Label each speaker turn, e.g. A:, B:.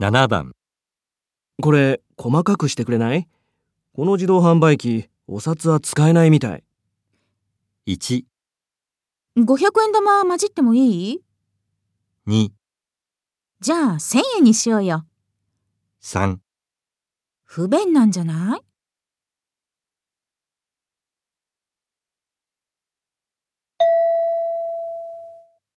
A: 7番、
B: これ、細かくしてくれないこの自動販売機、お札は使えないみたい。
A: 1、
C: 500円玉混じってもいい
A: 2、
C: じゃあ1000円にしようよ。
A: 3。
C: 不便なんじゃない